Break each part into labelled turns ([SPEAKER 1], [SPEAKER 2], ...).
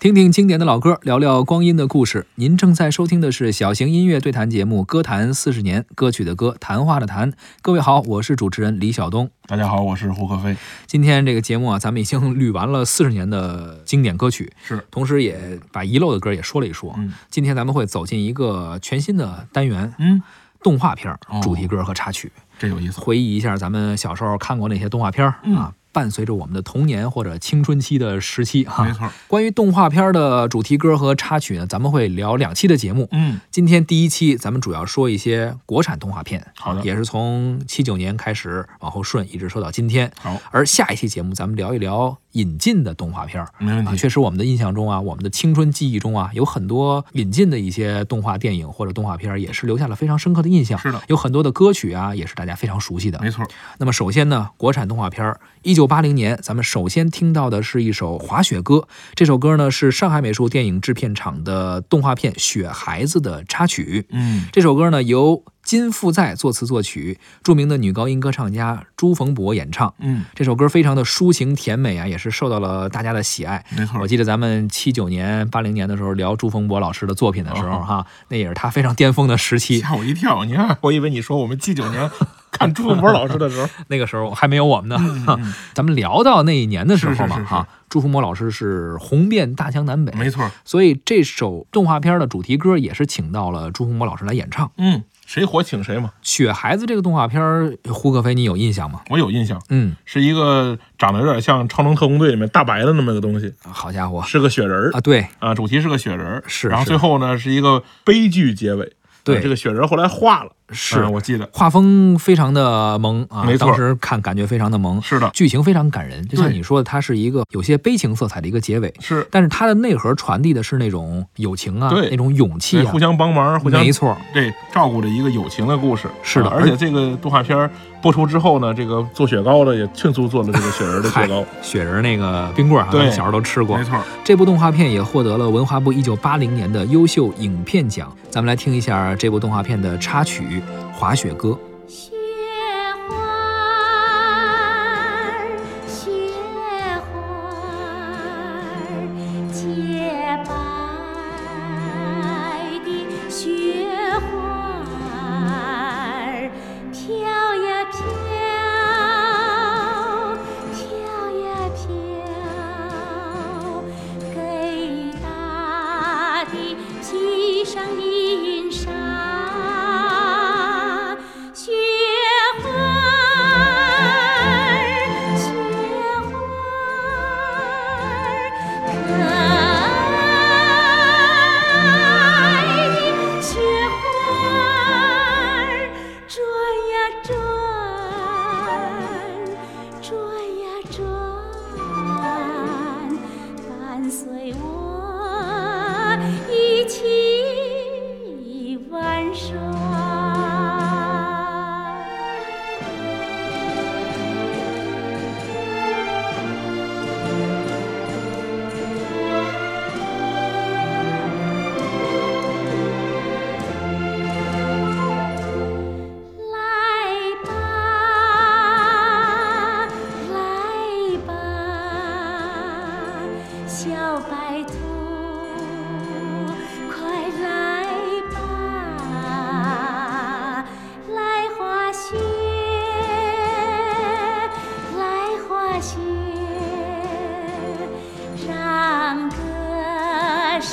[SPEAKER 1] 听听经典的老歌，聊聊光阴的故事。您正在收听的是小型音乐对谈节目《歌坛四十年》，歌曲的歌，谈话的谈。各位好，我是主持人李晓东。
[SPEAKER 2] 大家好，我是胡可飞。
[SPEAKER 1] 今天这个节目啊，咱们已经 捋完了四十年的经典歌曲，
[SPEAKER 2] 是，
[SPEAKER 1] 同时也把遗漏的歌也说了一说。
[SPEAKER 2] 嗯
[SPEAKER 1] 今天咱们会走进一个全新的单元
[SPEAKER 2] 嗯，
[SPEAKER 1] ——动画片儿
[SPEAKER 2] 哦
[SPEAKER 1] 主题歌和插曲，
[SPEAKER 2] 这有意思。
[SPEAKER 1] 回忆一下咱们小时候看过那些动画片儿、
[SPEAKER 2] 嗯
[SPEAKER 1] 啊，伴随着我们的童年或者青春期的时期哈、
[SPEAKER 2] 没错，
[SPEAKER 1] 关于动画片儿的主题歌和插曲呢，咱们会聊两期的节目。
[SPEAKER 2] 嗯，
[SPEAKER 1] 今天第一期，咱们主要说一些国产动画片，
[SPEAKER 2] 好的
[SPEAKER 1] 也是从七九年开始往后顺，一直说到今天。
[SPEAKER 2] 好，
[SPEAKER 1] 而下一期节目，咱们聊一聊引进的动画片儿。
[SPEAKER 2] 没问
[SPEAKER 1] 啊，
[SPEAKER 2] 题。
[SPEAKER 1] 确实，我们的印象中啊，我们的青春记忆中啊，有很多引进的一些动画电影或者动画片，儿，也是留下了非常深刻的印象。
[SPEAKER 2] 是的
[SPEAKER 1] 有很多的歌曲啊，也是大家非常熟悉的。
[SPEAKER 2] 没错，
[SPEAKER 1] 那么首先呢，国产动画片儿，一九八零年，咱们首先听到的是一首《滑雪歌》。这首歌呢是上海美术电影制片厂的动画片《雪孩子》的插曲。
[SPEAKER 2] 嗯，
[SPEAKER 1] 这首歌呢由金复在作词作曲，著名的女高音歌唱家朱逢博演唱。
[SPEAKER 2] 嗯，
[SPEAKER 1] 这首歌非常的抒情甜美啊，也是受到了大家的喜爱。
[SPEAKER 2] 没错
[SPEAKER 1] 我。记得咱们七九年、八零年的时候聊朱逢博老师的作品的时候，
[SPEAKER 2] 哦
[SPEAKER 1] 哈、那也是他非常巅峰的时期。
[SPEAKER 2] 吓我一跳！你看， 我以为你说我们七九年看朱文波老师的 时候，
[SPEAKER 1] 那个时候还没有我们呢。
[SPEAKER 2] 嗯
[SPEAKER 1] 咱们聊到那一年的时候嘛，
[SPEAKER 2] 是是是嗯是
[SPEAKER 1] 哈，朱福模老师是红遍大江南北，
[SPEAKER 2] 没错。
[SPEAKER 1] 所以这首动画片的主题歌也是请到了朱福模老师来演唱。《
[SPEAKER 2] 嗯，谁火请谁嘛。
[SPEAKER 1] 雪孩子》这个动画片儿，胡可飞你有印象吗？
[SPEAKER 2] 我有印象，
[SPEAKER 1] 嗯，
[SPEAKER 2] 是一个长得有点像《超能特工队》里面大白的那么个东西，
[SPEAKER 1] 好家伙
[SPEAKER 2] 是个雪人儿
[SPEAKER 1] 啊，对
[SPEAKER 2] 啊，主题是个雪人儿。
[SPEAKER 1] 是
[SPEAKER 2] 然后
[SPEAKER 1] 是
[SPEAKER 2] 最后呢是一个悲剧结尾。
[SPEAKER 1] 对
[SPEAKER 2] 啊这个雪人儿后来化了，
[SPEAKER 1] 是
[SPEAKER 2] 啊我记得，
[SPEAKER 1] 画风非常的萌啊，
[SPEAKER 2] 没错
[SPEAKER 1] 当时看感觉非常的萌，
[SPEAKER 2] 是的，
[SPEAKER 1] 剧情非常感人，就
[SPEAKER 2] 对
[SPEAKER 1] 像你说的，它是一个有些悲情色彩的一个结尾。
[SPEAKER 2] 是
[SPEAKER 1] 但是它的内核传递的是那种友情啊，
[SPEAKER 2] 对
[SPEAKER 1] 那种勇气
[SPEAKER 2] 对
[SPEAKER 1] 啊
[SPEAKER 2] 互，相帮忙，互相
[SPEAKER 1] 没错，
[SPEAKER 2] 对，照顾着一个友情的故事。
[SPEAKER 1] 是的
[SPEAKER 2] 啊而且这个动画片儿播出之后呢，这个做雪糕的也迅速做了这个雪人的雪糕。
[SPEAKER 1] 雪人那个冰棍儿啊，
[SPEAKER 2] 对
[SPEAKER 1] 咱们小时候都吃过
[SPEAKER 2] 没。错，
[SPEAKER 1] 这部动画片也获得了文化部一九八零年的优秀影片奖。咱们来听一下这部动画片的插曲《滑雪歌》。
[SPEAKER 3] 雪花儿，雪花儿，洁白的雪花儿，飘呀飘，飘呀飘，给大地披上银纱。雪花儿，雪花儿，可爱的雪花儿，转呀转，转呀转，伴随我一起玩耍。来吧，来吧，小白兔，快来吧，来滑雪，来滑雪，让歌声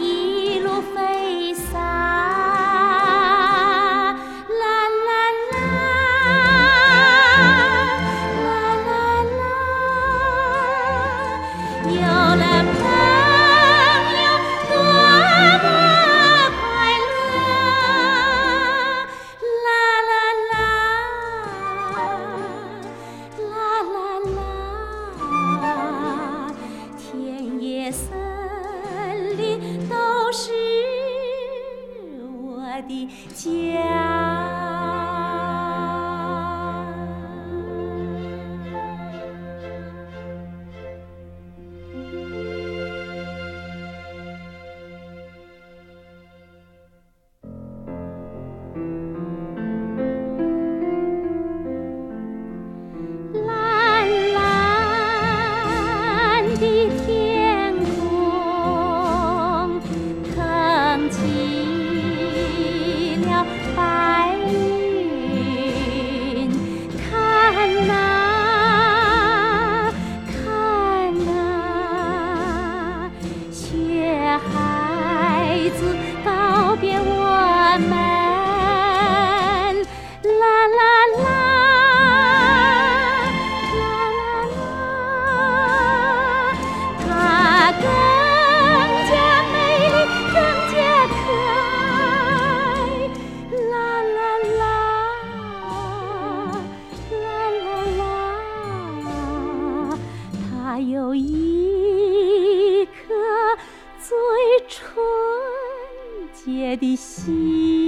[SPEAKER 3] 一路飞洒，啦啦啦，啦啦啦，有了朋友多么快乐，啦啦啦。啦啦啦，田野森林都是我的家。蓝蓝的天空，的心。